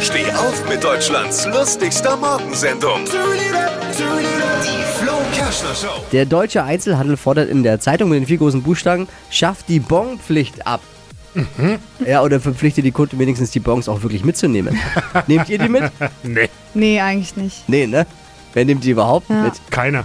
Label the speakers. Speaker 1: Steh auf mit Deutschlands lustigster Morgensendung. Die Flo Kerschner Show.
Speaker 2: Der deutsche Einzelhandel fordert in der Zeitung mit den vier großen Buchstaben, schafft die Bonpflicht ab. Ja, oder verpflichtet die Kunden wenigstens die Bons auch wirklich mitzunehmen. Nehmt ihr die mit?
Speaker 3: Nee,
Speaker 4: Nee, eigentlich nicht.
Speaker 2: Nee, ne? Wer nimmt die überhaupt
Speaker 4: Ja.
Speaker 2: mit?
Speaker 3: keiner.